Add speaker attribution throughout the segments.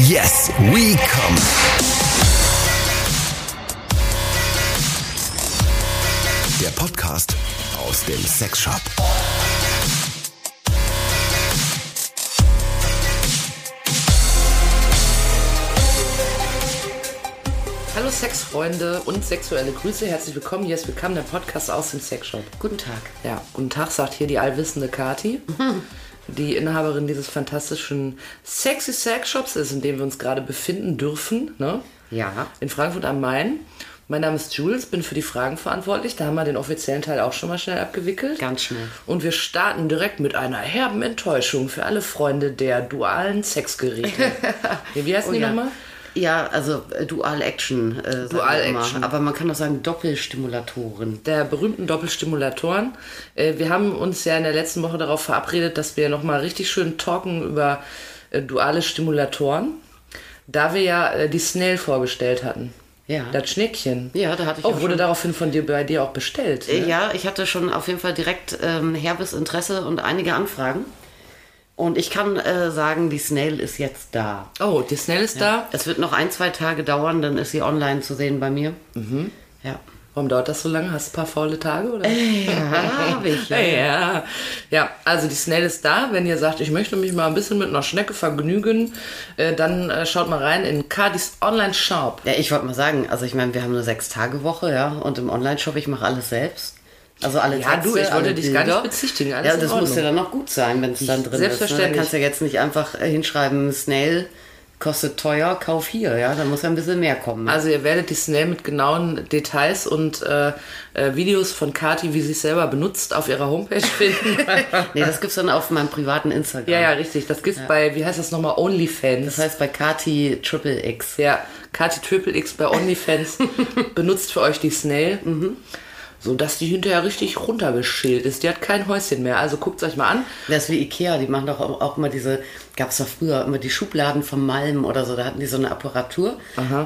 Speaker 1: Yes, we come. Der Podcast aus dem Sexshop.
Speaker 2: Hallo Sexfreunde und sexuelle Grüße, herzlich willkommen. Hier ist Willkommen, der Podcast aus dem Sexshop.
Speaker 3: Guten Tag.
Speaker 2: Ja, guten Tag, sagt hier die allwissende Kati, die Inhaberin dieses fantastischen Sexy Sexshops ist, in dem wir uns gerade befinden dürfen, ne?
Speaker 3: Ja.
Speaker 2: in Frankfurt am Main. Mein Name ist Jules, bin für die Fragen verantwortlich. Da haben wir den offiziellen Teil auch schon mal schnell abgewickelt.
Speaker 3: Ganz schnell.
Speaker 2: Und wir starten direkt mit einer herben Enttäuschung für alle Freunde der dualen Sexgeräte. Ja, Wie heißen die
Speaker 3: Oh ja.
Speaker 2: nochmal?
Speaker 3: Ja, also äh, Dual Action. Äh, sagt
Speaker 2: Dual
Speaker 3: man immer.
Speaker 2: Action.
Speaker 3: Aber man kann auch sagen Doppelstimulatoren.
Speaker 2: der berühmten Doppelstimulatoren. Äh, Wir haben uns ja in der letzten Woche darauf verabredet, dass wir nochmal richtig schön talken über äh, duale Stimulatoren, da wir ja äh, die Snail vorgestellt hatten.
Speaker 3: Ja. Äh,
Speaker 2: Das Schneckchen.
Speaker 3: Ja, da hatte ich
Speaker 2: auch.
Speaker 3: auch
Speaker 2: wurde
Speaker 3: schon-
Speaker 2: daraufhin von dir bei dir auch bestellt.
Speaker 3: Äh,
Speaker 2: Ne?
Speaker 3: Ja, ich hatte schon auf jeden Fall direkt ähm, herbes Interesse und einige Anfragen. Und ich kann äh, sagen, die Snail ist jetzt da.
Speaker 2: Oh, die Snail ist da.
Speaker 3: Es wird noch ein, zwei Tage dauern, dann ist sie online zu sehen bei mir. Mhm. Ja.
Speaker 2: Warum dauert das so lange? Hast du ein paar faule Tage oder?
Speaker 3: Ja, Äh, Ah, hab ich.
Speaker 2: Ja, ja. ja, also die Snail ist da. Wenn ihr sagt, ich möchte mich mal ein bisschen mit einer Schnecke vergnügen, äh, dann äh, schaut mal rein in Cardis Online Shop.
Speaker 3: Ja, ich wollte mal sagen, also ich meine, wir haben eine Sechs-Tage-Woche, ja, und im Online-Shop, ich mache alles selbst. Also alle
Speaker 2: Ja, du,
Speaker 3: Texte,
Speaker 2: ich wollte
Speaker 3: alle
Speaker 2: dich gar nicht
Speaker 3: Bilder.
Speaker 2: bezichtigen, alles
Speaker 3: Ja,
Speaker 2: in
Speaker 3: das muss ja
Speaker 2: Ordnung.
Speaker 3: dann noch gut sein, wenn es dann drin ist. Ne?
Speaker 2: Selbstverständlich.
Speaker 3: Dann kannst du ja jetzt nicht einfach äh, hinschreiben, Snail kostet teuer, kauf hier, ja, dann muss ja ein bisschen mehr kommen. ne?
Speaker 2: Also ihr werdet die Snail mit genauen Details und äh, äh, Videos von Kati, wie sie es selber benutzt, auf ihrer Homepage finden.
Speaker 3: nee, das gibt's dann auf meinem privaten Instagram.
Speaker 2: Ah. ja, ja, richtig. Das gibt's bei, wie heißt das nochmal, OnlyFans.
Speaker 3: Das heißt bei Kati Triple X.
Speaker 2: ja, Kati Triple X bei OnlyFans benutzt für euch die Snail.
Speaker 3: Mhm.
Speaker 2: So dass die hinterher richtig runterbeschält ist. Die hat kein Häuschen mehr. Also guckt euch mal an.
Speaker 3: Das ist wie Ikea, die machen doch auch, auch immer diese, gab es doch früher immer die Schubladen vom Malm oder so, da hatten die so eine Apparatur,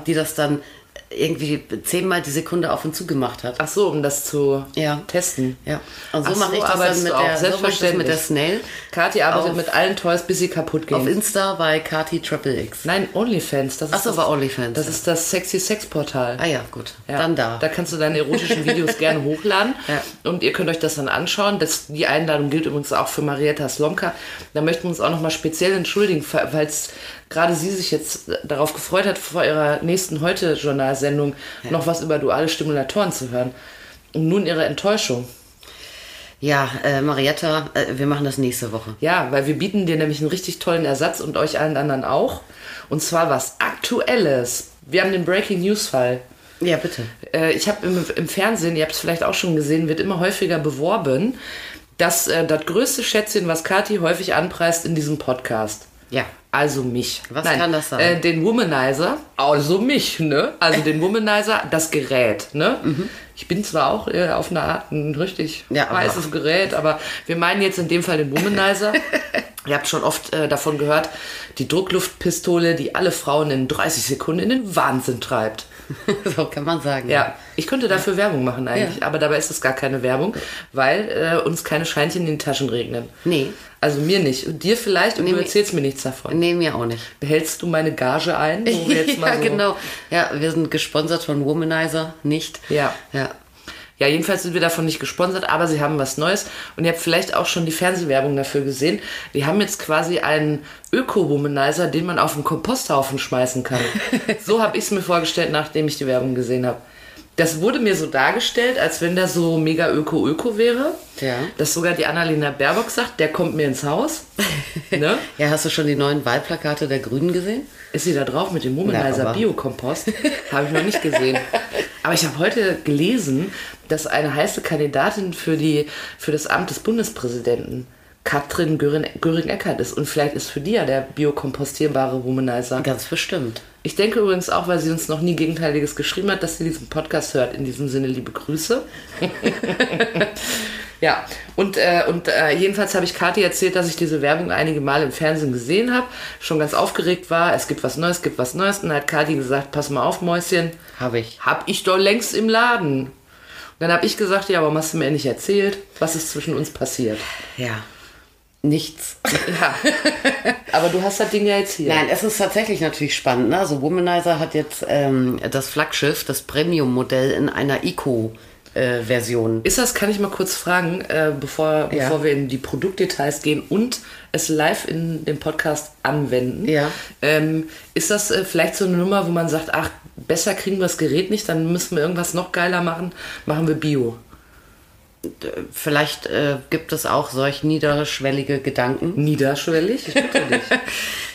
Speaker 3: die das dann irgendwie zehnmal die Sekunde auf und zu gemacht hat.
Speaker 2: Ach so, um das zu
Speaker 3: Ja.
Speaker 2: testen.
Speaker 3: Ja, und so
Speaker 2: Ach so,
Speaker 3: mache ich das dann
Speaker 2: arbeitest
Speaker 3: mit
Speaker 2: du auch,
Speaker 3: der, so mache ich das mit der
Speaker 2: selbstverständlich.
Speaker 3: Snail.
Speaker 2: Kati arbeitet
Speaker 3: Auf-
Speaker 2: mit allen Toys, bis sie kaputt gehen.
Speaker 3: Auf Insta bei Kati Triple X.
Speaker 2: Nein, OnlyFans. Das
Speaker 3: Ach
Speaker 2: ist
Speaker 3: so,
Speaker 2: das,
Speaker 3: bei OnlyFans,
Speaker 2: Das
Speaker 3: ja.
Speaker 2: ist das Sexy Sex Portal.
Speaker 3: Ah ja, gut.
Speaker 2: Ja,
Speaker 3: Dann da.
Speaker 2: Da kannst du deine erotischen Videos gerne hochladen
Speaker 3: Ja.
Speaker 2: und ihr könnt euch das dann anschauen. Das, die Einladung gilt übrigens auch für Marietta Slomka. Da möchten wir uns auch nochmal speziell entschuldigen, fa- falls gerade sie sich jetzt darauf gefreut hat, vor ihrer nächsten Heute-Journal-Sendung noch was über duale Stimulatoren zu hören. Und nun ihre Enttäuschung.
Speaker 3: ja, äh, Marietta, äh, wir machen das nächste Woche.
Speaker 2: Ja, weil wir bieten dir nämlich einen richtig tollen Ersatz und euch allen anderen auch. Und zwar was Aktuelles. Wir haben den Breaking News-Fall.
Speaker 3: Ja, bitte.
Speaker 2: Äh, ich habe im, im Fernsehen, ihr habt es vielleicht auch schon gesehen, wird immer häufiger beworben, dass äh, das größte Schätzchen, was Kathi häufig anpreist in diesem Podcast.
Speaker 3: Ja.
Speaker 2: Also mich.
Speaker 3: Was kann das sein?
Speaker 2: Äh, den Womanizer. Also mich, ne? Also den Womanizer, das Gerät, ne? Ich bin zwar auch äh, auf eine Art ein richtig
Speaker 3: Mhm. Ja, aber-
Speaker 2: weißes Gerät, aber wir meinen jetzt in dem Fall den Womanizer. Ihr habt schon oft äh, davon gehört, die Druckluftpistole, die alle Frauen in 30 Sekunden in den Wahnsinn treibt.
Speaker 3: so kann man sagen.
Speaker 2: Ja, ich könnte dafür Werbung machen eigentlich,
Speaker 3: Ja.
Speaker 2: aber dabei ist es gar keine Werbung, weil äh, uns keine Scheinchen in den Taschen regnen.
Speaker 3: Nee.
Speaker 2: Also mir nicht. Und dir vielleicht und du
Speaker 3: mir-
Speaker 2: erzählst mir nichts davon.
Speaker 3: Nee, mir auch nicht.
Speaker 2: Behältst du meine Gage ein? Wo wir Oh, jetzt mal
Speaker 3: ja,
Speaker 2: so-
Speaker 3: genau. Ja, wir sind gesponsert von Womanizer, nicht?
Speaker 2: Ja.
Speaker 3: Ja.
Speaker 2: Ja, jedenfalls sind wir davon nicht gesponsert, aber sie haben was Neues und ihr habt vielleicht auch schon die Fernsehwerbung dafür gesehen. Die haben jetzt quasi einen Öko-Womanizer, den man auf den Komposthaufen schmeißen kann. so habe ich es mir vorgestellt, nachdem ich die Werbung gesehen habe. Das wurde mir so dargestellt, als wenn der so mega öko-öko wäre.
Speaker 3: Ja.
Speaker 2: Dass sogar die Annalena Baerbock sagt, der kommt mir ins Haus. ne?
Speaker 3: Ja, hast du schon die neuen Wahlplakate der Grünen gesehen?
Speaker 2: Ist sie da drauf mit dem
Speaker 3: Na,
Speaker 2: Womanizer
Speaker 3: aber-
Speaker 2: Biokompost? habe ich noch nicht gesehen. Aber ich habe heute gelesen, dass eine heiße Kandidatin für, die, für das Amt des Bundespräsidenten Katrin Göring- Göring-Eckardt ist. Und vielleicht ist für die ja der biokompostierbare Womanizer.
Speaker 3: Ganz bestimmt.
Speaker 2: Ich denke übrigens auch, weil sie uns noch nie Gegenteiliges geschrieben hat, dass sie diesen Podcast hört. In diesem Sinne, liebe Grüße. ja, und, äh, und äh, jedenfalls habe ich Kathi erzählt, dass ich diese Werbung einige Male im Fernsehen gesehen habe, schon ganz aufgeregt war, es gibt was Neues, es gibt was Neues. Und dann hat Kathi gesagt, pass mal auf, Mäuschen,
Speaker 3: Habe ich.
Speaker 2: hab ich doch längst im Laden. Und dann habe ich gesagt, ja, warum hast du mir nicht erzählt? Was ist zwischen uns passiert?
Speaker 3: Ja. nichts.
Speaker 2: Ja. Aber du hast das Ding ja jetzt hier.
Speaker 3: Nein, es ist tatsächlich natürlich spannend. Ne? Also Womanizer hat jetzt ähm, das Flaggschiff, das Premium-Modell in einer äh, Eco-Version.
Speaker 2: Ist das, kann ich mal kurz fragen, äh, bevor,
Speaker 3: Ja.
Speaker 2: bevor wir in die Produktdetails gehen und es live in dem Podcast anwenden.
Speaker 3: Ja.
Speaker 2: Ähm, ist das äh, vielleicht so eine Nummer, wo man sagt, ach, besser kriegen wir das Gerät nicht, dann müssen wir irgendwas noch geiler machen, machen wir Bio.
Speaker 3: Vielleicht äh, gibt es auch solch niederschwellige Gedanken.
Speaker 2: Niederschwellig? Ich bitte dich.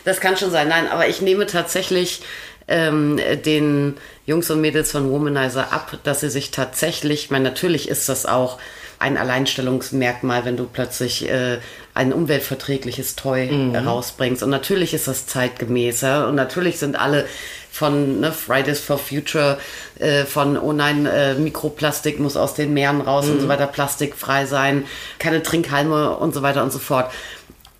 Speaker 3: Das kann schon sein. Nein, aber ich nehme tatsächlich ähm, den Jungs und Mädels von Womanizer ab, dass sie sich tatsächlich, ich meine, natürlich ist das auch ein Alleinstellungsmerkmal, wenn du plötzlich äh, ein umweltverträgliches Toy äh, rausbringst. Und natürlich ist das zeitgemäßer. Und natürlich sind alle von ne, Fridays for Future, äh, von oh nein, äh, Mikroplastik muss aus den Meeren raus und so weiter, plastikfrei sein, keine Trinkhalme und so weiter und so fort.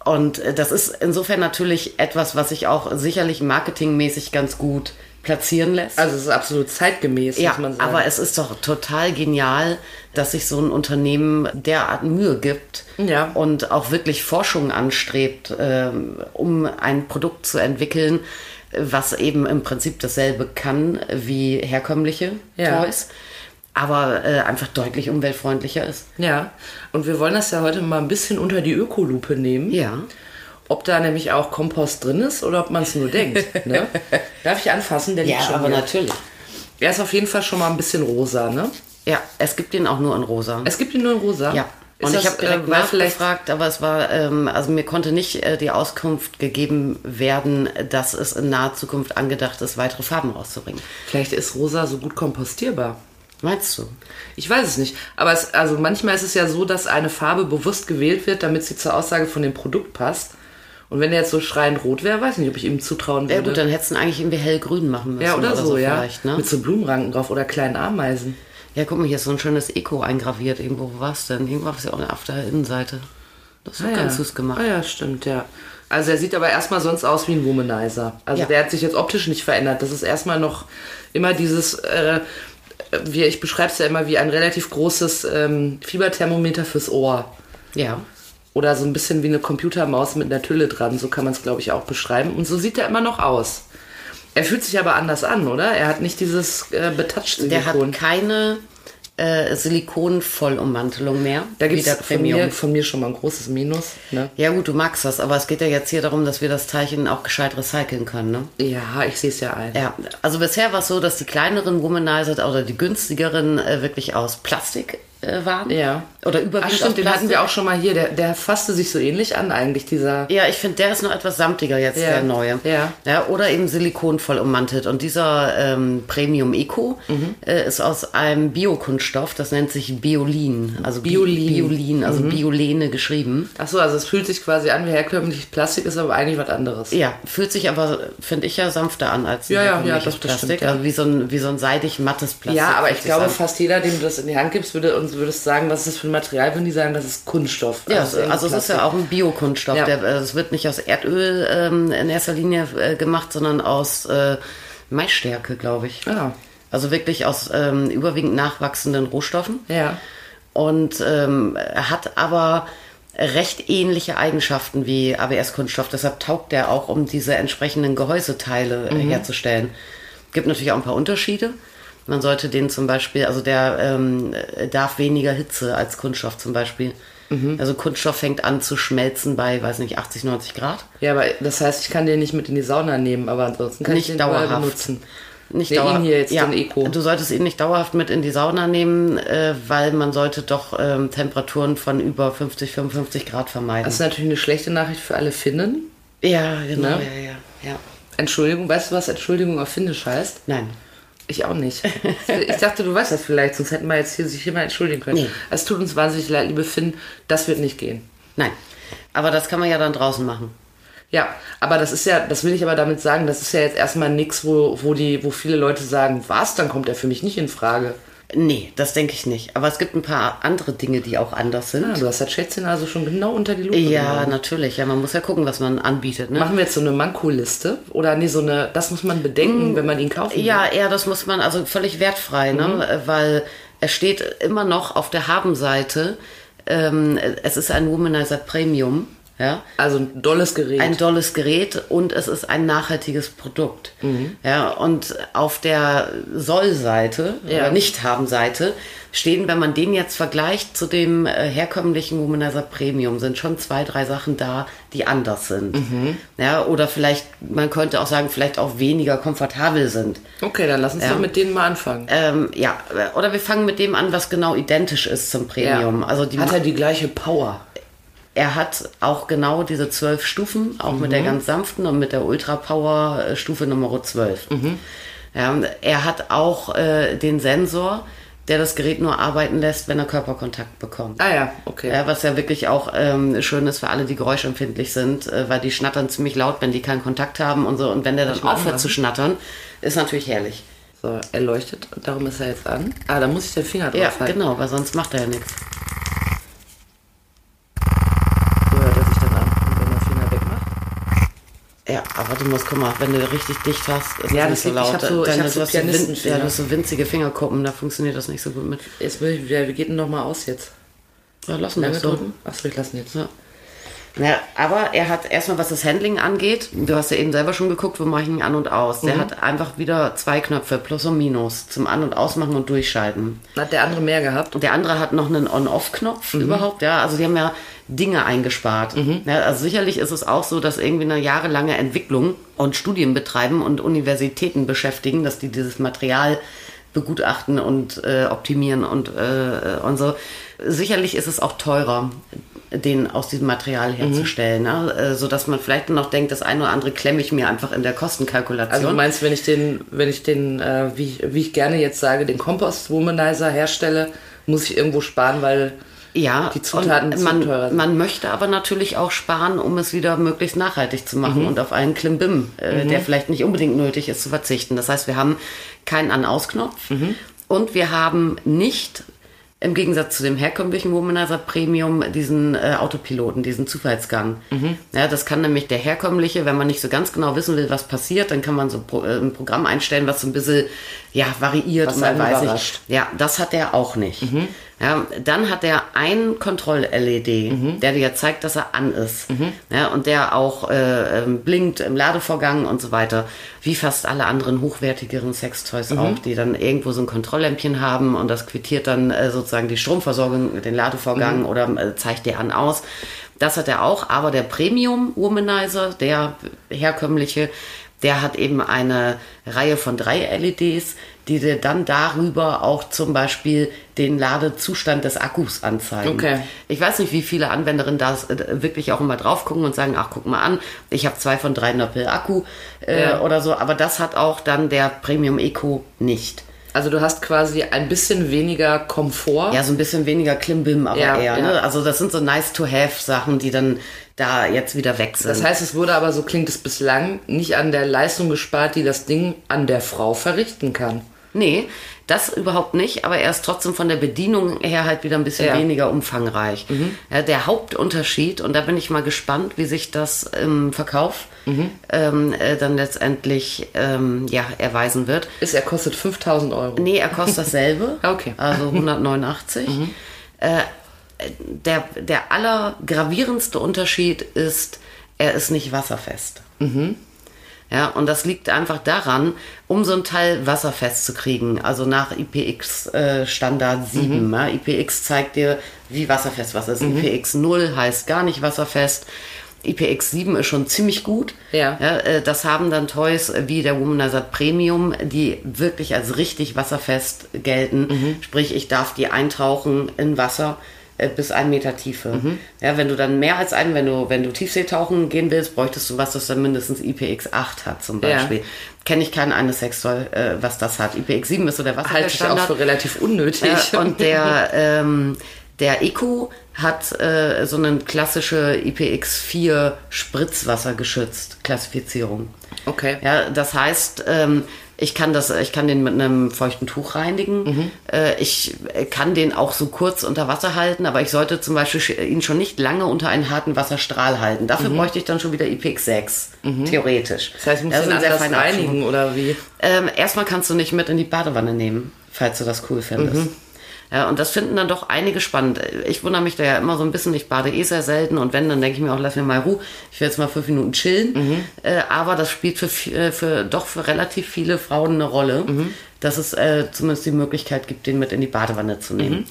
Speaker 3: Und äh, das ist insofern natürlich etwas, was sich auch sicherlich marketingmäßig ganz gut platzieren lässt.
Speaker 2: Also es ist absolut zeitgemäß,
Speaker 3: ja,
Speaker 2: muss man sagen.
Speaker 3: aber es ist doch total genial, dass sich so ein Unternehmen derart Mühe gibt
Speaker 2: Ja.
Speaker 3: und auch wirklich Forschung anstrebt, ähm, um ein Produkt zu entwickeln, was eben im Prinzip dasselbe kann wie herkömmliche
Speaker 2: Ja.
Speaker 3: Toys, aber äh, einfach deutlich umweltfreundlicher ist.
Speaker 2: ja, und wir wollen das ja heute mal ein bisschen unter die Ökolupe nehmen.
Speaker 3: Ja.
Speaker 2: Ob da nämlich auch Kompost drin ist oder ob man es nur denkt. Ne? Darf ich anfassen? Der
Speaker 3: Ja,
Speaker 2: liegt schon
Speaker 3: aber
Speaker 2: hier.
Speaker 3: natürlich.
Speaker 2: Er ist auf jeden Fall schon mal ein bisschen rosa, ne?
Speaker 3: Ja, es gibt ihn auch nur in rosa.
Speaker 2: Es gibt ihn nur in rosa.
Speaker 3: Ja.
Speaker 2: Ist
Speaker 3: Und
Speaker 2: das,
Speaker 3: ich habe direkt
Speaker 2: äh, weil vielleicht
Speaker 3: nachgefragt, aber es war, ähm, also mir konnte nicht äh, die Auskunft gegeben werden, dass es in naher Zukunft angedacht ist, weitere Farben rauszubringen.
Speaker 2: Vielleicht ist rosa so gut kompostierbar.
Speaker 3: Meinst du?
Speaker 2: Ich weiß es nicht. Aber es, also manchmal ist es ja so, dass eine Farbe bewusst gewählt wird, damit sie zur Aussage von dem Produkt passt. Und wenn er jetzt so schreiend rot wäre, weiß ich nicht, ob ich ihm zutrauen
Speaker 3: Ja
Speaker 2: würde.
Speaker 3: gut, dann hättest du ihn eigentlich irgendwie hellgrün machen müssen.
Speaker 2: Ja, oder, so, ja.
Speaker 3: Vielleicht, ne?
Speaker 2: Mit so Blumenranken drauf oder kleinen Ameisen.
Speaker 3: Ja, guck mal, hier ist so ein schönes Eco eingraviert. Irgendwo, wo war es denn? Irgendwo war es ja auch auf der Innenseite. Das ist
Speaker 2: Ah
Speaker 3: doch ganz
Speaker 2: ja.
Speaker 3: süß gemacht.
Speaker 2: Ah ja, stimmt, ja. Also er sieht aber erstmal sonst aus wie ein Womanizer. Also
Speaker 3: Ja.
Speaker 2: der hat sich jetzt optisch nicht verändert. Das ist erstmal noch immer dieses, äh, wie, ich beschreibe es ja immer wie ein relativ großes ähm, Fieberthermometer fürs Ohr.
Speaker 3: ja.
Speaker 2: Oder so ein bisschen wie eine Computermaus mit einer Tülle dran. So kann man es, glaube ich, auch beschreiben. Und so sieht er immer noch aus. Er fühlt sich aber anders an, oder? Er hat nicht dieses äh, betatschte
Speaker 3: Der hat keine äh, Silikonvollummantelung mehr.
Speaker 2: Da
Speaker 3: wie
Speaker 2: gibt
Speaker 3: der
Speaker 2: es von mir, von mir schon mal ein großes Minus. Ne?
Speaker 3: Ja gut, du magst das, aber es geht ja jetzt hier darum, dass wir das Teilchen auch gescheit recyceln können, ne?
Speaker 2: Ja, ich sehe es ja ein.
Speaker 3: Ja, also bisher war es so, dass die kleineren Womanizer oder die günstigeren äh, wirklich aus Plastik äh, waren.
Speaker 2: Ja.
Speaker 3: Oder überwiegend
Speaker 2: Ach
Speaker 3: aus
Speaker 2: stimmt, den hatten
Speaker 3: Plastik.
Speaker 2: wir auch schon mal hier. Der, der fasste sich so ähnlich an eigentlich, dieser...
Speaker 3: Ja, ich finde, der ist noch etwas samtiger jetzt,
Speaker 2: Ja.
Speaker 3: der neue.
Speaker 2: Ja.
Speaker 3: ja. Oder eben silikonvoll ummantelt. Und dieser ähm, Premium Eco
Speaker 2: Mhm.
Speaker 3: äh, ist aus einem Biokunststoff, das nennt sich Biolin. Also Bi-
Speaker 2: Biolin. Mhm.
Speaker 3: Biolin, also Biolene geschrieben.
Speaker 2: Ach so, also es fühlt sich quasi an wie herkömmliches Plastik, ist aber eigentlich was anderes.
Speaker 3: Ja, fühlt sich aber, finde ich ja, sanfter an als ein
Speaker 2: Ja, ja, ja,
Speaker 3: herkömmliches
Speaker 2: das bestimmt,
Speaker 3: Plastik.
Speaker 2: ja.
Speaker 3: Also wie so ein, wie so ein seidig mattes Plastik.
Speaker 2: Ja, aber
Speaker 3: fühlt
Speaker 2: ich
Speaker 3: sich's
Speaker 2: glaube,
Speaker 3: an.
Speaker 2: fast jeder, dem du das in die Hand gibst, würde uns würdest sagen, was ist das für ein Material, würden die sagen, das ist Kunststoff.
Speaker 3: Ja,
Speaker 2: aus
Speaker 3: also,
Speaker 2: irgendeinem
Speaker 3: es ist
Speaker 2: Plastik.
Speaker 3: ja auch ein Biokunststoff.
Speaker 2: Ja.
Speaker 3: Der, äh, es wird nicht aus Erdöl ähm, in erster Linie äh, gemacht, sondern aus äh, Maisstärke, glaube ich.
Speaker 2: Ja.
Speaker 3: Also wirklich aus ähm, überwiegend nachwachsenden Rohstoffen.
Speaker 2: Ja.
Speaker 3: Und ähm, er hat aber recht ähnliche Eigenschaften wie ABS-Kunststoff. Deshalb taugt der auch, um diese entsprechenden Gehäuseteile äh,
Speaker 2: Mhm.
Speaker 3: herzustellen. Gibt natürlich auch ein paar Unterschiede. Man sollte den zum Beispiel, also der ähm, darf weniger Hitze als Kunststoff zum Beispiel.
Speaker 2: Mhm.
Speaker 3: Also Kunststoff fängt an zu schmelzen bei, weiß nicht, 80, 90 Grad.
Speaker 2: ja, aber das heißt, ich kann den nicht mit in die Sauna nehmen, aber ansonsten kann ich
Speaker 3: Nicht
Speaker 2: den überall
Speaker 3: dauerhaft.
Speaker 2: benutzen.
Speaker 3: Nicht
Speaker 2: Nee, ihn
Speaker 3: dauerhaft.
Speaker 2: hier jetzt, den Eco.
Speaker 3: Du solltest ihn nicht dauerhaft mit in die Sauna nehmen, äh, weil man sollte doch ähm, Temperaturen von über 50, 55 Grad vermeiden.
Speaker 2: Das ist natürlich eine schlechte Nachricht für alle Finnen.
Speaker 3: Ja, genau.
Speaker 2: Ne?
Speaker 3: Ja, ja, ja.
Speaker 2: Entschuldigung, weißt du, was Entschuldigung auf Finnisch heißt?
Speaker 3: Nein.
Speaker 2: Ich auch nicht. Ich dachte, du weißt das vielleicht, sonst hätten wir jetzt hier sich jemand entschuldigen können.
Speaker 3: Nee.
Speaker 2: Es tut uns wahnsinnig leid, liebe Finn, das wird nicht gehen.
Speaker 3: Nein. Aber das kann man ja dann draußen machen.
Speaker 2: Ja, aber das ist ja, das will ich aber damit sagen, das ist ja jetzt erstmal nichts, wo, wo die, wo viele Leute sagen, was, dann kommt er für mich nicht in Frage.
Speaker 3: Nee, das denke ich nicht. Aber es gibt ein paar andere Dinge, die auch anders sind.
Speaker 2: Ah, du hast das Schätzchen also schon genau unter die Lupe
Speaker 3: ja,
Speaker 2: genommen.
Speaker 3: natürlich. Ja, man muss ja gucken, was man anbietet. Ne?
Speaker 2: Machen wir jetzt so eine Manko-Liste? Oder nee, so eine, das muss man bedenken, wenn man ihn kaufen will.
Speaker 3: Mm, Ja, eher das muss man, also völlig wertfrei,
Speaker 2: Mhm.
Speaker 3: ne? Äh, weil es steht immer noch auf der Habenseite, ähm, es ist ein Womanizer Premium. Ja?
Speaker 2: Also ein dolles Gerät.
Speaker 3: Ein dolles Gerät und es ist ein nachhaltiges Produkt.
Speaker 2: Mhm.
Speaker 3: Ja, und auf der Soll-Seite
Speaker 2: Ja.
Speaker 3: oder Nicht-Haben-Seite stehen, wenn man den jetzt vergleicht zu dem äh, herkömmlichen Womanizer Premium, sind schon zwei, drei Sachen da, die anders sind.
Speaker 2: Mhm.
Speaker 3: Ja, oder vielleicht, man könnte auch sagen, vielleicht auch weniger komfortabel sind.
Speaker 2: okay, dann lass uns doch mit denen mal anfangen.
Speaker 3: Ähm, ja, oder wir fangen mit dem an, was genau identisch ist zum Premium. Also die
Speaker 2: Hat er die gleiche Power?
Speaker 3: er hat auch genau diese zwölf Stufen, auch mit der ganz sanften und mit der Ultra Power äh, Stufe Nummer 12. Ja, und er hat auch äh, den Sensor, der das Gerät nur arbeiten lässt, wenn er Körperkontakt bekommt.
Speaker 2: Ah ja, okay.
Speaker 3: Ja, was ja wirklich auch ähm, schön ist für alle, die geräuschempfindlich sind, äh, weil die schnattern ziemlich laut, wenn die keinen Kontakt haben und so. Und wenn der dann
Speaker 2: mal
Speaker 3: aufhört
Speaker 2: anmachen.
Speaker 3: zu schnattern, ist natürlich herrlich.
Speaker 2: So, er leuchtet und darum ist er jetzt an. Ah, da muss ich den Finger drauf
Speaker 3: Ja,
Speaker 2: halten.
Speaker 3: genau, weil sonst macht er ja nichts.
Speaker 2: So hört er sich dann an. Und wenn der Finger wegmacht.
Speaker 3: Ja, aber du musst, guck mal, wenn du richtig dicht hast, ist
Speaker 2: Ja,
Speaker 3: das
Speaker 2: das
Speaker 3: nicht
Speaker 2: liegt-
Speaker 3: so
Speaker 2: ich
Speaker 3: laut.
Speaker 2: hab so- ich
Speaker 3: Dann
Speaker 2: hab so
Speaker 3: hast du win-
Speaker 2: Pianistenfinger.
Speaker 3: ja, du hast so winzige Fingerkuppen, da funktioniert das nicht so gut mit.
Speaker 2: Jetzt will ich wieder, wie geht denn nochmal aus jetzt?
Speaker 3: Ja, lassen wir
Speaker 2: Lange
Speaker 3: das so.
Speaker 2: drücken? Achso, ich lasse ihn jetzt.
Speaker 3: Ja. Ja, aber er hat erstmal, was das Handling angeht, du hast ja eben selber schon geguckt, wo mache ich ihn an und aus.
Speaker 2: Mhm.
Speaker 3: Der hat einfach wieder zwei Knöpfe, Plus und Minus, zum An- und Ausmachen und Durchschalten.
Speaker 2: Hat der andere mehr gehabt?
Speaker 3: Und der andere hat noch einen On-Off-Knopf überhaupt, ja. Also die haben ja Dinge eingespart. Ja, also sicherlich ist es auch so, dass irgendwie eine jahrelange Entwicklung und Studien betreiben und Universitäten beschäftigen, dass die dieses Material begutachten und äh, optimieren und, äh, und so. Sicherlich ist es auch teurer, den aus diesem Material herzustellen, ne? äh, sodass man vielleicht noch denkt, das eine oder andere klemme ich mir einfach in der Kostenkalkulation.
Speaker 2: Also du meinst, wenn ich den, wenn ich den, äh, wie, ich- wie ich gerne jetzt sage, den Kompost-Womanizer herstelle, muss ich irgendwo sparen, weil
Speaker 3: Ja,
Speaker 2: die Zutaten
Speaker 3: und
Speaker 2: zu
Speaker 3: man,
Speaker 2: teurer sind.
Speaker 3: man möchte aber natürlich auch sparen, um es wieder möglichst nachhaltig zu
Speaker 2: Mhm.
Speaker 3: machen und auf einen Klimbim, äh, der vielleicht nicht unbedingt nötig ist, zu verzichten. Das heißt, wir haben keinen An-Aus-Knopf
Speaker 2: Mhm.
Speaker 3: und wir haben nicht im Gegensatz zu dem herkömmlichen Womanizer Premium diesen äh, Autopiloten, diesen Zufallsgang.
Speaker 2: Mhm.
Speaker 3: Ja, das kann nämlich der herkömmliche, wenn man nicht so ganz genau wissen will, was passiert, dann kann man so pro, äh, ein Programm einstellen, was so ein bisschen ja, variiert
Speaker 2: Was
Speaker 3: und dann
Speaker 2: einen
Speaker 3: weiß ich,
Speaker 2: überrascht.
Speaker 3: ja, das hat er auch nicht. Ja, dann hat er einen Kontroll-LED, der dir zeigt, dass er an ist. Ja, und der auch äh, ähm, blinkt im Ladevorgang und so weiter. Wie fast alle anderen hochwertigeren Sextoys auch, die dann irgendwo so ein Kontrolllämpchen haben und das quittiert dann äh, sozusagen die Stromversorgung, den Ladevorgang oder äh, zeigt dir an aus. Das hat er auch, aber der Premium Womanizer, der herkömmliche, der hat eben eine Reihe von drei E LEDs, die dir dann darüber auch zum Beispiel den Ladezustand des Akkus anzeigen.
Speaker 2: Okay.
Speaker 3: Ich weiß nicht, wie viele Anwenderinnen da äh, wirklich auch immer drauf gucken und sagen, ach, guck mal an, ich habe zwei von drei Nöppel Akku äh,
Speaker 2: Ja.
Speaker 3: oder so, aber das hat auch dann der Premium Eco nicht.
Speaker 2: Also du hast quasi ein bisschen weniger Komfort.
Speaker 3: Ja, so ein bisschen weniger Klimbim, aber
Speaker 2: Ja,
Speaker 3: eher. Ne?
Speaker 2: ja.
Speaker 3: Also das sind so nice-to-have-Sachen, die dann da jetzt wieder weg sind.
Speaker 2: Das heißt, es wurde aber, so klingt es bislang, nicht an der Leistung gespart, die das Ding an der Frau verrichten kann.
Speaker 3: Nee, das überhaupt nicht, aber er ist trotzdem von der Bedienung her halt wieder ein bisschen
Speaker 2: Ja.
Speaker 3: weniger umfangreich. Ja, der Hauptunterschied, und da bin ich mal gespannt, wie sich das im Verkauf ähm, äh, dann letztendlich ähm, ja, erweisen wird.
Speaker 2: Ist, er kostet 5000 Euro.
Speaker 3: Nee, er kostet dasselbe.
Speaker 2: Ja, okay. Mhm.
Speaker 3: Also 189. Äh, der, der allergravierendste Unterschied ist, er ist nicht wasserfest.
Speaker 2: Mhm.
Speaker 3: Ja, und das liegt einfach daran, um so ein Teil wasserfest zu kriegen, also nach IPX äh, Standard
Speaker 2: Mhm.
Speaker 3: 7. Ja, IPX zeigt dir, wie wasserfest was ist. IPX 0 heißt gar nicht wasserfest. IPX 7 ist schon ziemlich gut.
Speaker 2: Ja.
Speaker 3: Ja, äh, das haben dann Toys wie der Womanizer Premium, die wirklich als richtig wasserfest gelten.
Speaker 2: Mhm.
Speaker 3: Sprich, ich darf die eintauchen in Wasser äh, bis einen Meter Tiefe.
Speaker 2: Mhm.
Speaker 3: Ja, wenn du dann mehr als einen, wenn du, wenn du Tiefsee tauchen gehen willst, bräuchtest du was, das dann mindestens IPX 8 hat zum
Speaker 2: Ja.
Speaker 3: Beispiel. Kenne ich kein eines Sextoy, äh, was das hat. IPX 7 ist so der
Speaker 2: Halte ich auch
Speaker 3: Wasserfeststandard.
Speaker 2: für relativ unnötig.
Speaker 3: Ja, und der, ähm, der Eco hat äh, so eine klassische IPX4 Spritzwassergeschützt Klassifizierung.
Speaker 2: okay.
Speaker 3: Ja, das heißt, ähm, ich kann das, ich kann den mit einem feuchten Tuch reinigen.
Speaker 2: Mhm.
Speaker 3: Äh, ich äh, kann den auch so kurz unter Wasser halten, aber ich sollte zum Beispiel sch- ihn schon nicht lange unter einen harten Wasserstrahl halten. Dafür bräuchte ich dann schon wieder IPX6, theoretisch.
Speaker 2: Mhm. Das heißt, ich muss
Speaker 3: Ja,
Speaker 2: ihn
Speaker 3: sind Also sehr
Speaker 2: anders
Speaker 3: feine Abstufungen.
Speaker 2: reinigen oder wie?
Speaker 3: Ähm, erstmal kannst du nicht mit in die Badewanne nehmen, falls du das cool findest. Ja, und das finden dann doch einige spannend. Ich wundere mich da ja immer so ein bisschen. Ich bade eh sehr selten und wenn, dann denke ich mir auch, lass mir mal Ruhe. Ich will jetzt mal fünf Minuten chillen. Äh, aber das spielt für, vi- äh, für doch für relativ viele Frauen eine Rolle, dass es äh, zumindest die Möglichkeit gibt, den mit in die Badewanne zu nehmen.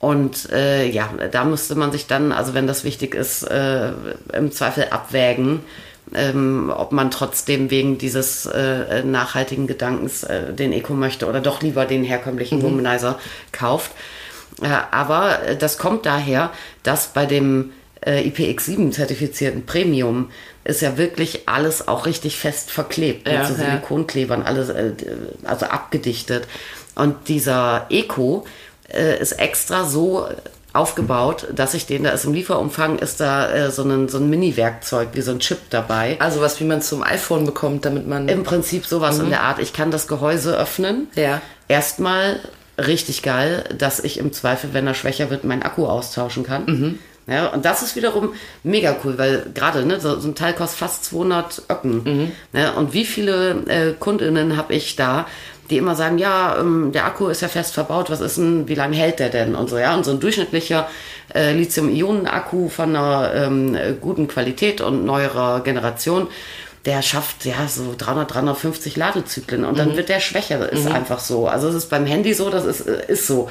Speaker 3: Und äh, ja, da müsste man sich dann, also wenn das wichtig ist, äh, im Zweifel abwägen, ähm, ob man trotzdem wegen dieses äh, nachhaltigen Gedankens äh, den Eco möchte oder doch lieber den herkömmlichen
Speaker 2: Mhm.
Speaker 3: Womanizer kauft. Äh, aber äh, das kommt daher, dass bei dem äh, IPX7 zertifizierten Premium ist ja wirklich alles auch richtig fest verklebt ne,
Speaker 2: Ja,
Speaker 3: mit so
Speaker 2: ja.
Speaker 3: Silikonklebern, alles äh, also abgedichtet. Und dieser Eco äh, ist extra so aufgebaut, dass ich den da ist im Lieferumfang ist da äh, so ein so ein Mini-Werkzeug wie so ein Chip dabei.
Speaker 2: Also was, wie man zum iPhone bekommt, damit man...
Speaker 3: Im Prinzip sowas in der Art. Ich kann das Gehäuse öffnen.
Speaker 2: Ja.
Speaker 3: Erstmal richtig geil, dass ich im Zweifel, wenn er schwächer wird, meinen Akku austauschen kann. Ja, und das ist wiederum mega cool, weil gerade ne, so, so ein Teil kostet fast 200 Öcken. Ja, und wie viele äh, Kundinnen habe ich da, die immer sagen, ja, ähm, der Akku ist ja fest verbaut, was ist denn, wie lange hält der denn und so, ja. Und so ein durchschnittlicher äh, Lithium-Ionen-Akku von einer ähm, äh, guten Qualität und neuerer Generation, der schafft ja so 300, 350 Ladezyklen und dann wird der schwächer, ist einfach so. Also es ist beim Handy so, das ist, äh, ist so.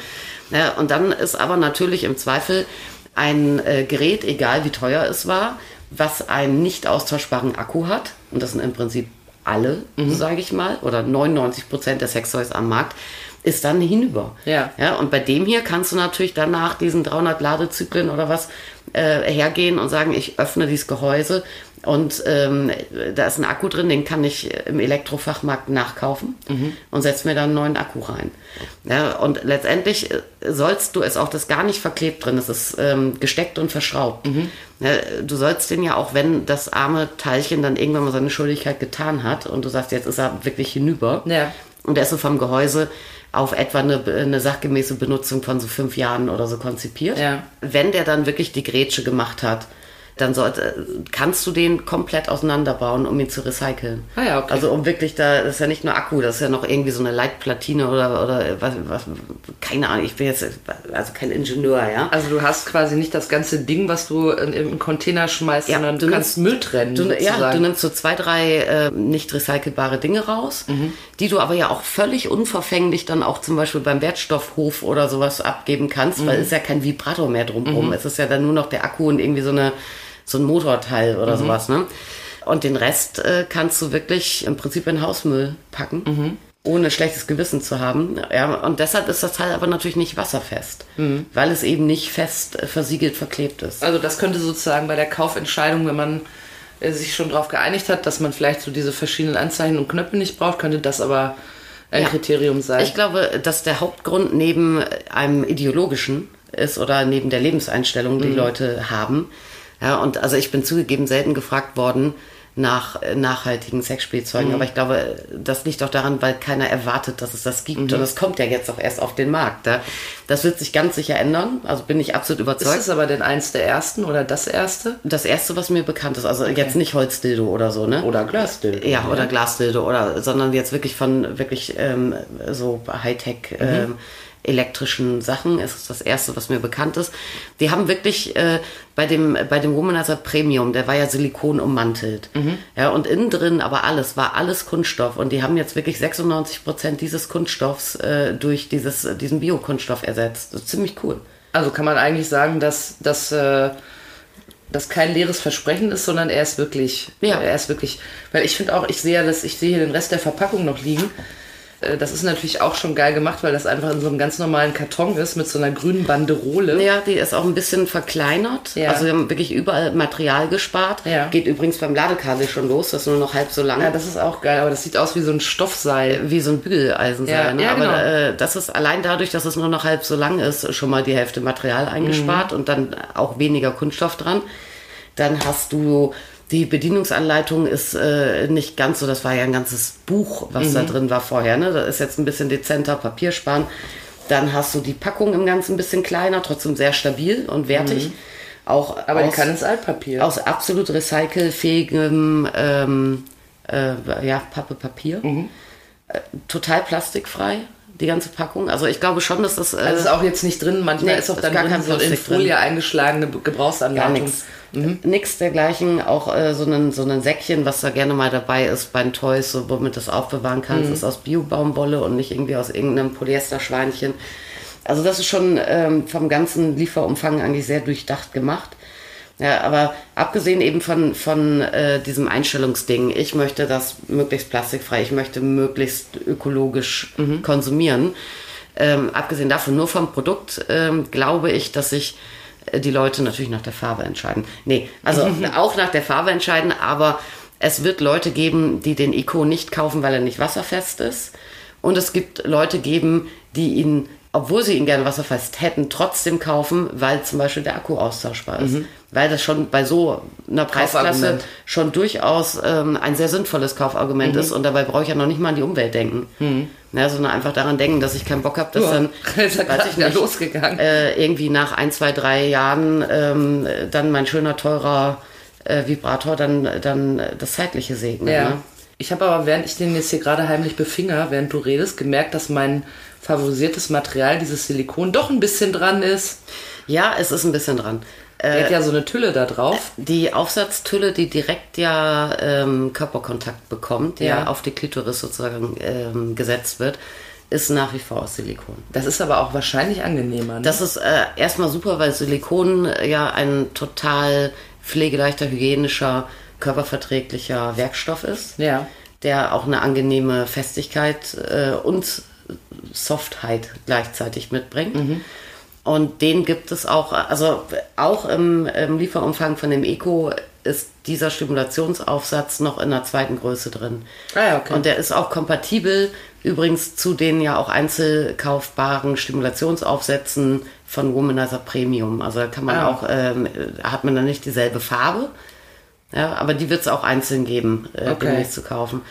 Speaker 3: Ja, und dann ist aber natürlich im Zweifel ein äh, Gerät, egal wie teuer es war, was einen nicht austauschbaren Akku hat, und das sind im Prinzip alle, sage ich mal, oder 99 Prozent der Sextoys am Markt, ist dann hinüber.
Speaker 2: Ja.
Speaker 3: ja. Und bei dem hier kannst du natürlich danach diesen 300 Ladezyklen oder was äh, hergehen und sagen, ich öffne dieses Gehäuse und ähm, da ist ein Akku drin, den kann ich im Elektrofachmarkt nachkaufen und setze mir dann einen neuen Akku rein. Ja, und letztendlich äh, sollst du es auch, das ist gar nicht verklebt drin, es ist ähm, gesteckt und verschraubt. Ja, du sollst den ja auch, wenn das arme Teilchen dann irgendwann mal seine Schuldigkeit getan hat und du sagst, jetzt ist er wirklich hinüber,
Speaker 2: Ja.
Speaker 3: und der ist so vom Gehäuse auf etwa eine, eine sachgemäße Benutzung von so fünf Jahren oder so konzipiert.
Speaker 2: Ja.
Speaker 3: Wenn der dann wirklich die Grätsche gemacht hat, dann sollte, kannst du den komplett auseinanderbauen, um ihn zu recyceln.
Speaker 2: Ah ja, okay.
Speaker 3: Also um wirklich da, das ist ja nicht nur Akku, das ist ja noch irgendwie so eine Leitplatine oder, oder was, was, keine Ahnung, ich bin jetzt also kein Ingenieur, ja.
Speaker 2: also du hast quasi nicht das ganze Ding, was du in, im Container schmeißt,
Speaker 3: Ja,
Speaker 2: sondern
Speaker 3: du
Speaker 2: du kannst Müll trennen.
Speaker 3: Du, ja,
Speaker 2: sozusagen.
Speaker 3: du nimmst so zwei, drei äh, nicht recycelbare Dinge raus, die du aber ja auch völlig unverfänglich dann auch zum Beispiel beim Wertstoffhof oder sowas abgeben kannst, weil es ist ja kein Vibrator mehr drumherum. Es ist ja dann nur noch der Akku und irgendwie so, eine, so ein Motorteil oder sowas. Ne? Und den Rest äh, kannst du wirklich im Prinzip in Hausmüll packen. Ohne schlechtes Gewissen zu haben. Ja, und deshalb ist das Teil aber natürlich nicht wasserfest, weil es eben nicht fest äh, versiegelt verklebt ist.
Speaker 2: Also das könnte sozusagen bei der Kaufentscheidung, wenn man äh, sich schon darauf geeinigt hat, dass man vielleicht so diese verschiedenen Anzeichen und Knöpfe nicht braucht, könnte das aber ein
Speaker 3: Ja.
Speaker 2: Kriterium sein.
Speaker 3: Ich glaube, dass der Hauptgrund neben einem ideologischen ist oder neben der Lebenseinstellung,
Speaker 2: Mhm.
Speaker 3: die Leute haben. Ja, und also ich bin zugegeben selten gefragt worden nach äh, nachhaltigen Sexspielzeugen,
Speaker 2: Mhm.
Speaker 3: aber ich glaube, das liegt auch daran, weil keiner erwartet, dass es das gibt.
Speaker 2: Mhm.
Speaker 3: Und das kommt ja jetzt auch erst auf den Markt. Ja. Das wird sich ganz sicher ändern, also bin ich absolut
Speaker 2: ist
Speaker 3: überzeugt.
Speaker 2: es aber denn eins der ersten oder das erste?
Speaker 3: das erste, was mir bekannt ist, also jetzt nicht Holzdildo oder so, ne?
Speaker 2: Glasdildo.
Speaker 3: Ja, oder Glasdilde oder, sondern jetzt wirklich von wirklich ähm, so Hightech
Speaker 2: Mhm.
Speaker 3: ähm, elektrischen Sachen ist es das erste, was mir bekannt ist. Die haben wirklich äh, bei dem bei dem Womanizer Premium, der war ja Silikon ummantelt,
Speaker 2: Mhm.
Speaker 3: ja und innen drin aber alles war alles Kunststoff und die haben jetzt wirklich 96 Prozent dieses Kunststoffs äh, durch dieses diesen Biokunststoff ersetzt. Das ist ziemlich cool.
Speaker 2: Also kann man eigentlich sagen, dass das äh, das kein leeres Versprechen ist, sondern er ist wirklich,
Speaker 3: Ja.
Speaker 2: er ist wirklich, weil ich finde auch, ich sehe ja, dass ich sehe hier den Rest der Verpackung noch liegen. Äh, Das ist natürlich auch schon geil gemacht, weil das einfach in so einem ganz normalen Karton ist mit so einer grünen Banderole.
Speaker 3: Ja, die ist auch ein bisschen verkleinert.
Speaker 2: Ja.
Speaker 3: Also wir haben wirklich überall Material gespart.
Speaker 2: Ja.
Speaker 3: Geht übrigens beim Ladekabel schon los, das ist nur noch halb so lang.
Speaker 2: Ja, das ist auch geil, aber das sieht aus wie so ein Stoffseil.
Speaker 3: wie so ein Bügeleisen
Speaker 2: Ja,
Speaker 3: sein. Ne?
Speaker 2: ja,
Speaker 3: Aber
Speaker 2: genau.
Speaker 3: äh, das ist allein dadurch, dass es nur noch halb so lang ist, schon mal die Hälfte Material eingespart
Speaker 2: Mhm.
Speaker 3: und dann auch weniger Kunststoff dran. Dann hast du die Bedienungsanleitung ist äh, nicht ganz so, das war ja ein ganzes Buch, was
Speaker 2: Mhm.
Speaker 3: da drin war vorher. Ne? Da ist jetzt ein bisschen dezenter Papier sparen. Dann hast du die Packung im Ganzen ein bisschen kleiner, trotzdem sehr stabil und wertig. Auch
Speaker 2: Mhm. Aber die
Speaker 3: aus-
Speaker 2: kann ins Altpapier.
Speaker 3: aus absolut recycelfähigem ähm, äh, ja, Pappe, Papier. Äh, total plastikfrei. die ganze Packung. Also ich glaube schon, dass das. Äh,
Speaker 2: Also ist auch jetzt nicht drin, manchmal
Speaker 3: Nee,
Speaker 2: ist auch
Speaker 3: ist
Speaker 2: dann
Speaker 3: gar
Speaker 2: drin,
Speaker 3: kein
Speaker 2: so in
Speaker 3: Plastik drin.
Speaker 2: Folie eingeschlagene
Speaker 3: gar
Speaker 2: Gebrauchsanleitung.
Speaker 3: nichts. Nix dergleichen, auch äh, so, ein, so ein Säckchen, was da gerne mal dabei ist bei den Toys, so, womit du das aufbewahren kannst, ist aus Bio-Baumwolle und nicht irgendwie aus irgendeinem Polyesterschweinchen. Also das ist schon ähm, vom ganzen Lieferumfang eigentlich sehr durchdacht gemacht. Ja, aber abgesehen eben von, von äh, diesem Einstellungsding, ich möchte das möglichst plastikfrei, ich möchte möglichst ökologisch konsumieren. Ähm, abgesehen davon, nur vom Produkt, ähm, glaube ich, dass sich äh, die Leute natürlich nach der Farbe entscheiden. Nee, also auch nach der Farbe entscheiden, aber es wird Leute geben, die den Ico nicht kaufen, weil er nicht wasserfest ist. Und es gibt Leute geben, die ihn, obwohl sie ihn gerne wasserfest hätten, trotzdem kaufen, weil zum Beispiel der Akku austauschbar ist. Weil das schon bei so einer Preisklasse
Speaker 2: Kaufargument.
Speaker 3: schon durchaus ähm, ein sehr sinnvolles Kaufargument
Speaker 2: Mhm.
Speaker 3: ist. Und dabei brauche ich ja noch nicht mal an die Umwelt denken. Ja, sondern einfach daran denken, dass ich keinen Bock habe, dass
Speaker 2: Ja.
Speaker 3: dann
Speaker 2: Ist ja
Speaker 3: weiß
Speaker 2: gerade
Speaker 3: ich
Speaker 2: wieder
Speaker 3: nicht,
Speaker 2: losgegangen.
Speaker 3: Äh, irgendwie nach ein, zwei, drei Jahren ähm, dann mein schöner, teurer äh, Vibrator dann, dann das Zeitliche segnet.
Speaker 2: Ja.
Speaker 3: Ne?
Speaker 2: Ich habe aber, während ich den jetzt hier gerade heimlich befinger, während du redest, gemerkt, dass mein favorisiertes Material, dieses Silikon, doch ein bisschen dran ist.
Speaker 3: ja, es ist ein bisschen dran. Äh,
Speaker 2: Er hat ja so eine Tülle da drauf.
Speaker 3: Die Aufsatztülle, die direkt ja ähm, Körperkontakt bekommt, der
Speaker 2: Ja.
Speaker 3: auf die Klitoris sozusagen ähm, gesetzt wird, ist nach wie vor aus Silikon.
Speaker 2: Das ist aber auch wahrscheinlich angenehmer. Ne?
Speaker 3: Das ist äh, erstmal super, weil Silikon äh, ja ein total pflegeleichter, hygienischer, körperverträglicher Werkstoff ist,
Speaker 2: Ja.
Speaker 3: der auch eine angenehme Festigkeit äh, und Softheit gleichzeitig mitbringt.
Speaker 2: Mhm.
Speaker 3: Und den gibt es auch, also auch im, im Lieferumfang von dem Eco ist dieser Stimulationsaufsatz noch in der zweiten Größe drin.
Speaker 2: Ah ja, okay.
Speaker 3: Und der ist auch kompatibel übrigens zu den ja auch einzelkaufbaren Stimulationsaufsätzen von Womanizer Premium. Also da kann man
Speaker 2: Ah.
Speaker 3: auch, ähm, hat man dann nicht dieselbe Farbe, ja, aber die wird es auch einzeln geben, äh,
Speaker 2: Okay.
Speaker 3: demnächst zu kaufen.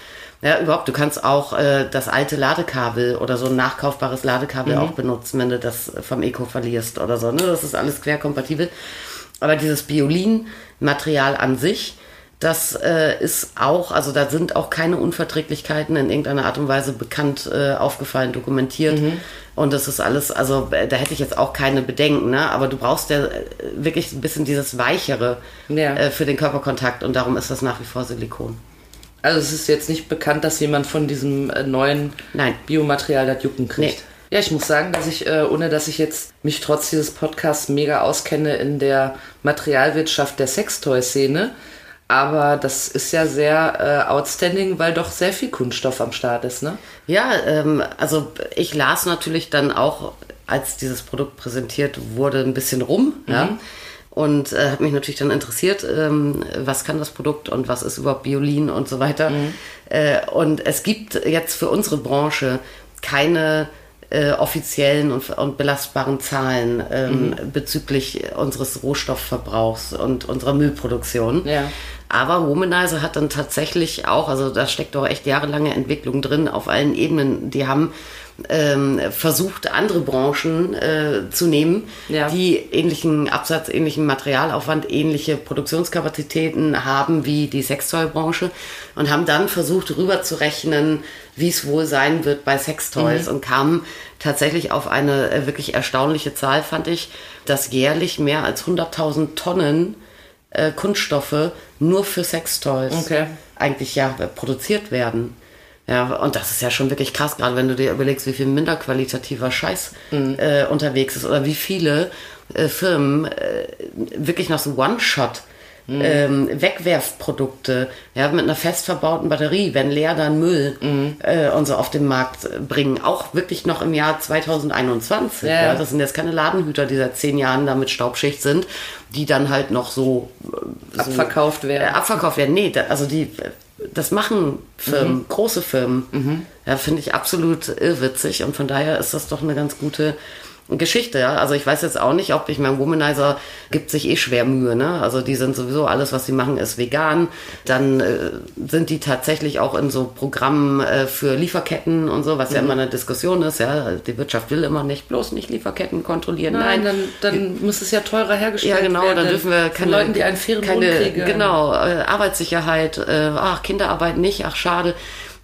Speaker 3: Ja, überhaupt, du kannst auch äh, das alte Ladekabel oder so ein nachkaufbares Ladekabel auch benutzen, wenn du das vom Eco verlierst oder so. Ne? Das ist alles querkompatibel. Aber dieses Biolin-Material an sich, das äh, ist auch, also da sind auch keine Unverträglichkeiten in irgendeiner Art und Weise bekannt, äh, aufgefallen, dokumentiert. Und das ist alles, also äh, da hätte ich jetzt auch keine Bedenken, ne? aber du brauchst ja äh, wirklich ein bisschen dieses Weichere
Speaker 2: Ja.
Speaker 3: äh, für den Körperkontakt und darum ist das nach wie vor Silikon.
Speaker 2: Also es ist jetzt nicht bekannt, dass jemand von diesem äh, neuen
Speaker 3: Nein.
Speaker 2: Biomaterial das Jucken kriegt.
Speaker 3: Nee.
Speaker 2: Ja, ich muss sagen, dass ich, äh, ohne dass ich jetzt mich trotz dieses Podcasts mega auskenne in der Materialwirtschaft der Sextoy-Szene, aber das ist ja sehr äh, outstanding, weil doch sehr viel Kunststoff am Start ist, ne?
Speaker 3: Ja, ähm, also ich las natürlich dann auch, als dieses Produkt präsentiert wurde, ein bisschen rum. Ja? Und äh, hat mich natürlich dann interessiert, ähm, was kann das Produkt und was ist überhaupt Biolin und so weiter. Äh, und es gibt jetzt für unsere Branche keine äh, offiziellen und, und belastbaren Zahlen ähm, bezüglich unseres Rohstoffverbrauchs und unserer Müllproduktion.
Speaker 2: Ja.
Speaker 3: Aber Womanizer hat dann tatsächlich auch, also da steckt auch echt jahrelange Entwicklung drin auf allen Ebenen. Die haben ähm, versucht, andere Branchen äh, zu nehmen,
Speaker 2: Ja.
Speaker 3: die ähnlichen Absatz, ähnlichen Materialaufwand, ähnliche Produktionskapazitäten haben wie die Sextoy-Branche und haben dann versucht, rüberzurechnen, wie es wohl sein wird bei Sextoys und kamen tatsächlich auf eine äh, wirklich erstaunliche Zahl, fand ich, dass jährlich mehr als 100.000 Tonnen äh, Kunststoffe nur für Sextoys
Speaker 2: Okay.
Speaker 3: eigentlich ja produziert werden. Ja, und das ist ja schon wirklich krass, gerade wenn du dir überlegst, wie viel minderqualitativer Scheiß äh, unterwegs ist oder wie viele äh, Firmen äh, wirklich noch so One-Shot ähm, Wegwerfprodukte ja, mit einer fest verbauten Batterie, wenn leer, dann Müll äh, und so auf den Markt äh, bringen. Auch wirklich noch im Jahr 2021.
Speaker 2: Ja,
Speaker 3: Ja,
Speaker 2: ja.
Speaker 3: das sind jetzt keine Ladenhüter, die seit zehn Jahren da mit Staubschicht sind, die dann halt noch so äh, so-
Speaker 2: Abverkauft werden.
Speaker 3: äh, abverkauft werden. Nee, da, also die, das machen Firmen,
Speaker 2: Mhm.
Speaker 3: große Firmen. Ja, finde ich absolut irrwitzig und von daher ist das doch eine ganz gute Geschichte. Ja? Also ich weiß jetzt auch nicht, ob ich mein Womanizer gibt sich eh schwer Mühe. Ne? Also die sind sowieso alles, was sie machen, ist vegan. Dann äh, sind die tatsächlich auch in so Programmen äh, für Lieferketten und so, was
Speaker 2: Mhm.
Speaker 3: ja immer eine Diskussion ist. Ja, die Wirtschaft will immer nicht bloß nicht Lieferketten kontrollieren.
Speaker 2: Nein,
Speaker 3: Nein,
Speaker 2: dann, dann muss es ja teurer hergestellt
Speaker 3: ja, genau,
Speaker 2: werden.
Speaker 3: dann dürfen wir
Speaker 2: von
Speaker 3: keine
Speaker 2: Leuten, die einen fairen
Speaker 3: keine,
Speaker 2: Lohn kriegen.
Speaker 3: Genau, äh, Arbeitssicherheit, äh, ach, Kinderarbeit nicht, ach schade.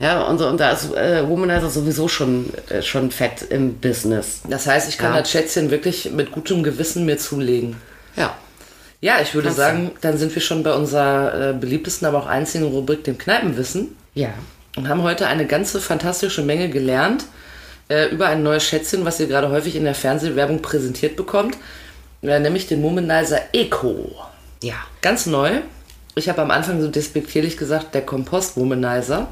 Speaker 3: Ja, und, so, und da ist äh, Womanizer sowieso schon, äh, schon fett im Business.
Speaker 2: Das heißt, ich kann
Speaker 3: Ja.
Speaker 2: das Schätzchen wirklich mit gutem Gewissen mir zulegen.
Speaker 3: Ja.
Speaker 2: Ja, ich würde
Speaker 3: Kannst du.
Speaker 2: sagen, dann sind wir schon bei unserer äh, beliebtesten, aber auch einzigen Rubrik, dem Kneipenwissen.
Speaker 3: Ja.
Speaker 2: Und haben heute eine ganze fantastische Menge gelernt äh, über ein neues Schätzchen, was ihr gerade häufig in der Fernsehwerbung präsentiert bekommt, äh, nämlich den Womanizer Eco.
Speaker 3: Ja.
Speaker 2: Ganz neu. Ich habe am Anfang so despektierlich gesagt, der Kompost-Womanizer.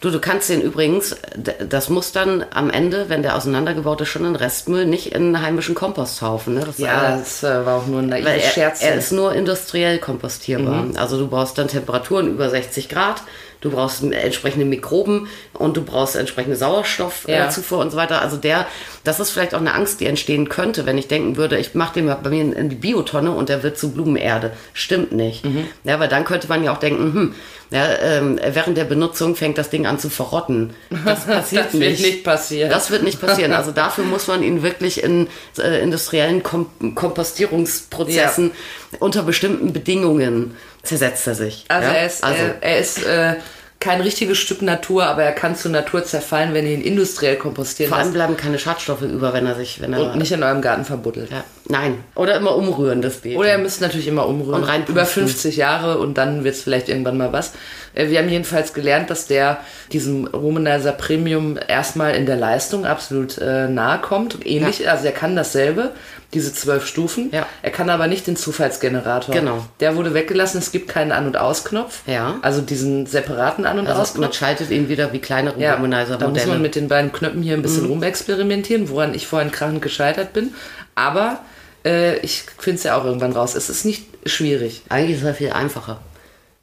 Speaker 3: Du, du kannst den übrigens, d- das muss dann am Ende, wenn der auseinandergebaut ist, schon in Restmüll, nicht in einen heimischen Komposthaufen. Ne? Das ist
Speaker 2: Ja,
Speaker 3: alles-
Speaker 2: das äh, war auch nur ein
Speaker 3: weil
Speaker 2: naives
Speaker 3: er,
Speaker 2: Scherzchen.
Speaker 3: er ist nur industriell kompostierbar.
Speaker 2: Mhm.
Speaker 3: Also du brauchst dann Temperaturen über 60 Grad, du brauchst entsprechende Mikroben und du brauchst entsprechende
Speaker 2: Ja.
Speaker 3: Sauerstoffzufuhr äh, Zufuhr und so weiter. Also der, das ist vielleicht auch eine Angst, die entstehen könnte, wenn ich denken würde, ich mache den mal bei mir in, in die Biotonne und der wird zu Blumenerde. Stimmt nicht.
Speaker 2: Mhm.
Speaker 3: Ja, weil dann könnte man ja auch denken, hm, ja, ähm, während der Benutzung fängt das Ding an zu verrotten. Das passiert
Speaker 2: Das wird nicht passieren.
Speaker 3: Das wird nicht passieren. Also dafür muss man ihn wirklich in äh, industriellen Kom Kompostierungsprozessen unter bestimmten Bedingungen zersetzt er sich.
Speaker 2: also
Speaker 3: ja?
Speaker 2: er ist,
Speaker 3: also
Speaker 2: er, er ist äh, kein richtiges Stück Natur, aber er kann zur Natur zerfallen, wenn ihr ihn industriell kompostieren
Speaker 3: vor allem
Speaker 2: lasst
Speaker 3: bleiben keine Schadstoffe über, wenn er sich, wenn er
Speaker 2: und nicht in eurem Garten verbuddelt.
Speaker 3: ja, nein oder immer umrühren das Beet.
Speaker 2: Oder ihr müsst natürlich immer umrühren.
Speaker 3: Und reinpusten.
Speaker 2: Über 50 Jahre und dann wird es vielleicht irgendwann mal was. Äh, Wir haben jedenfalls gelernt, dass der diesem Romanizer Premium erstmal in der Leistung absolut äh, nahe kommt. Ähnlich, also er kann dasselbe, diese zwölf Stufen.
Speaker 3: Ja.
Speaker 2: Er kann aber nicht den Zufallsgenerator.
Speaker 3: Genau.
Speaker 2: Der wurde weggelassen, es gibt keinen An- und Ausknopf.
Speaker 3: Ja.
Speaker 2: Also diesen separaten An- und
Speaker 3: also man
Speaker 2: Ausknopf.
Speaker 3: schaltet ihn wieder wie kleinere
Speaker 2: Ja, da muss man
Speaker 3: Womanizer-Modelle.
Speaker 2: mit den beiden Knöpfen hier ein bisschen rumexperimentieren, woran ich vorhin krachend gescheitert bin. Aber äh, ich finde es ja auch irgendwann raus. Es ist nicht schwierig.
Speaker 3: Eigentlich ist er viel einfacher.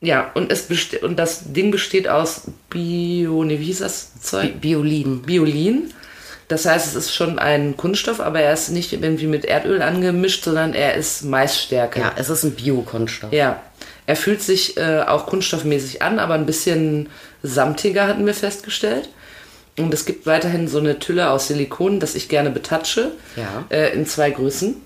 Speaker 2: Ja, und, es beste- und das Ding besteht aus Bio, ne, wie hieß das Zeug?
Speaker 3: Biolin.
Speaker 2: Biolin. Das heißt, es ist schon ein Kunststoff, aber er ist nicht irgendwie mit Erdöl angemischt, sondern er ist Maisstärke.
Speaker 3: Ja, es ist ein Biokunststoff.
Speaker 2: Ja. Er fühlt sich äh, auch kunststoffmäßig an, aber ein bisschen samtiger hatten wir festgestellt. Und es gibt weiterhin so eine Tülle aus Silikon, das ich gerne betatsche.
Speaker 3: Ja.
Speaker 2: Äh, in zwei Größen.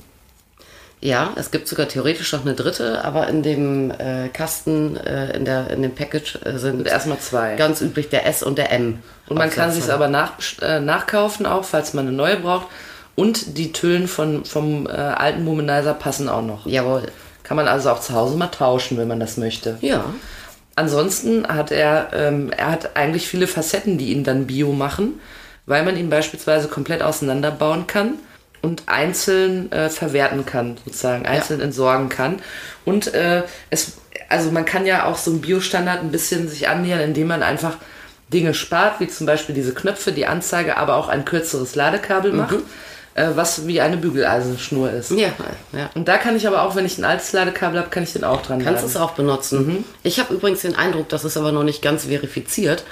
Speaker 3: Ja, es gibt sogar theoretisch noch eine dritte, aber in dem äh, Kasten, äh, in, der, in dem Package äh, sind
Speaker 2: Erstmal zwei.
Speaker 3: ganz üblich der S und der M.
Speaker 2: Und man kann
Speaker 3: Aufsatz
Speaker 2: sich
Speaker 3: haben.
Speaker 2: aber nach, äh, nachkaufen, auch falls man eine neue braucht. Und die Tüllen von, vom äh, alten Womanizer passen auch noch.
Speaker 3: Jawohl.
Speaker 2: Kann man also auch zu Hause mal tauschen, wenn man das möchte.
Speaker 3: Ja.
Speaker 2: Ansonsten hat er, ähm, er hat eigentlich viele Facetten, die ihn dann bio machen, weil man ihn beispielsweise komplett auseinanderbauen kann und einzeln äh, verwerten kann, sozusagen, einzeln entsorgen kann. Und äh, es, also man kann ja auch so einem Biostandard ein bisschen sich annähern, indem man einfach Dinge spart, wie zum Beispiel diese Knöpfe, die Anzeige, aber auch ein kürzeres Ladekabel macht, äh, was wie eine Bügeleisenschnur ist.
Speaker 3: Mhm. Ja, ja.
Speaker 2: Und da kann ich aber auch, wenn ich ein altes Ladekabel habe, kann ich den auch dran
Speaker 3: Kannst
Speaker 2: laden.
Speaker 3: es auch benutzen.
Speaker 2: Mhm.
Speaker 3: Ich habe übrigens den Eindruck, das ist aber noch nicht ganz verifiziert,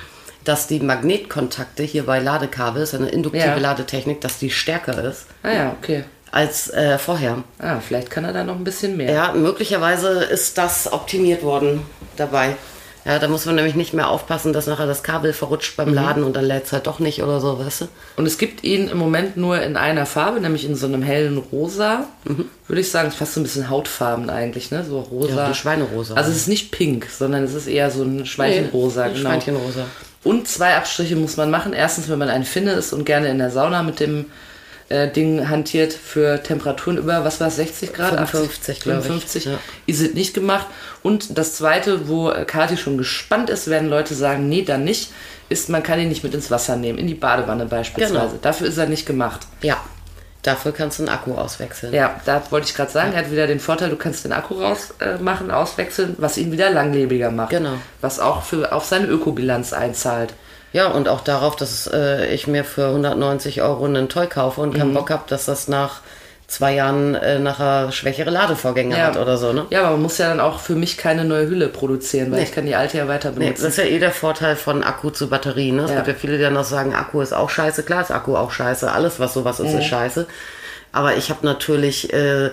Speaker 3: dass die Magnetkontakte hier bei Ladekabel, ist eine induktive
Speaker 2: Ja.
Speaker 3: Ladetechnik, dass die stärker ist
Speaker 2: Ah ja, okay.
Speaker 3: als äh, vorher.
Speaker 2: Ah, vielleicht kann er da noch ein bisschen mehr.
Speaker 3: Ja, möglicherweise ist das optimiert worden dabei. Ja, da muss man nämlich nicht mehr aufpassen, dass nachher das Kabel verrutscht
Speaker 2: Mhm.
Speaker 3: beim Laden und dann lädt es halt doch nicht oder so, weißt du?
Speaker 2: Und es gibt ihn im Moment nur in einer Farbe, nämlich in so einem hellen Rosa. Würde ich sagen, ist fast so ein bisschen Hautfarben eigentlich, ne? So rosa.
Speaker 3: Mhm. Ja, so Schweinerosa.
Speaker 2: Also es ist nicht pink, sondern es ist eher so ein Schweinchenrosa.
Speaker 3: Nee,
Speaker 2: genau.
Speaker 3: Schweinchenrosa.
Speaker 2: Und zwei Abstriche muss man machen. Erstens, wenn man ein Finne ist und gerne in der Sauna mit dem äh, Ding hantiert für Temperaturen über, was war es, 60 Grad?
Speaker 3: 55, glaub ich.
Speaker 2: 55,
Speaker 3: Ja.
Speaker 2: ist es nicht gemacht. Und das Zweite, wo äh, Kati schon gespannt ist, werden Leute sagen, nee, dann nicht, ist, man kann ihn nicht mit ins Wasser nehmen, in die Badewanne beispielsweise.
Speaker 3: Genau.
Speaker 2: Dafür ist er nicht gemacht.
Speaker 3: Ja. Dafür kannst du einen Akku auswechseln.
Speaker 2: Ja, da wollte ich gerade sagen, er hat wieder den Vorteil, du kannst den Akku rausmachen, äh, machen, auswechseln, was ihn wieder langlebiger macht.
Speaker 3: Genau.
Speaker 2: Was auch für, auf seine Ökobilanz einzahlt.
Speaker 3: Ja, und auch darauf, dass äh, ich mir für 190 Euro einen Toy kaufe und
Speaker 2: Mhm.
Speaker 3: keinen Bock habe, dass das nach zwei Jahren äh, nachher schwächere Ladevorgänge hat oder so, ne?
Speaker 2: Ja, aber man muss ja dann auch für mich keine neue Hülle produzieren, weil
Speaker 3: Nee.
Speaker 2: ich kann die alte ja weiter
Speaker 3: Nee, das
Speaker 2: benutzen.
Speaker 3: ist ja eh der Vorteil von Akku zu Batterie. Ne? Es
Speaker 2: Ja.
Speaker 3: gibt ja viele, die dann noch sagen, Akku ist auch scheiße. Klar ist Akku auch scheiße. Alles, was sowas ist,
Speaker 2: Mhm.
Speaker 3: ist scheiße. Aber ich habe natürlich, äh,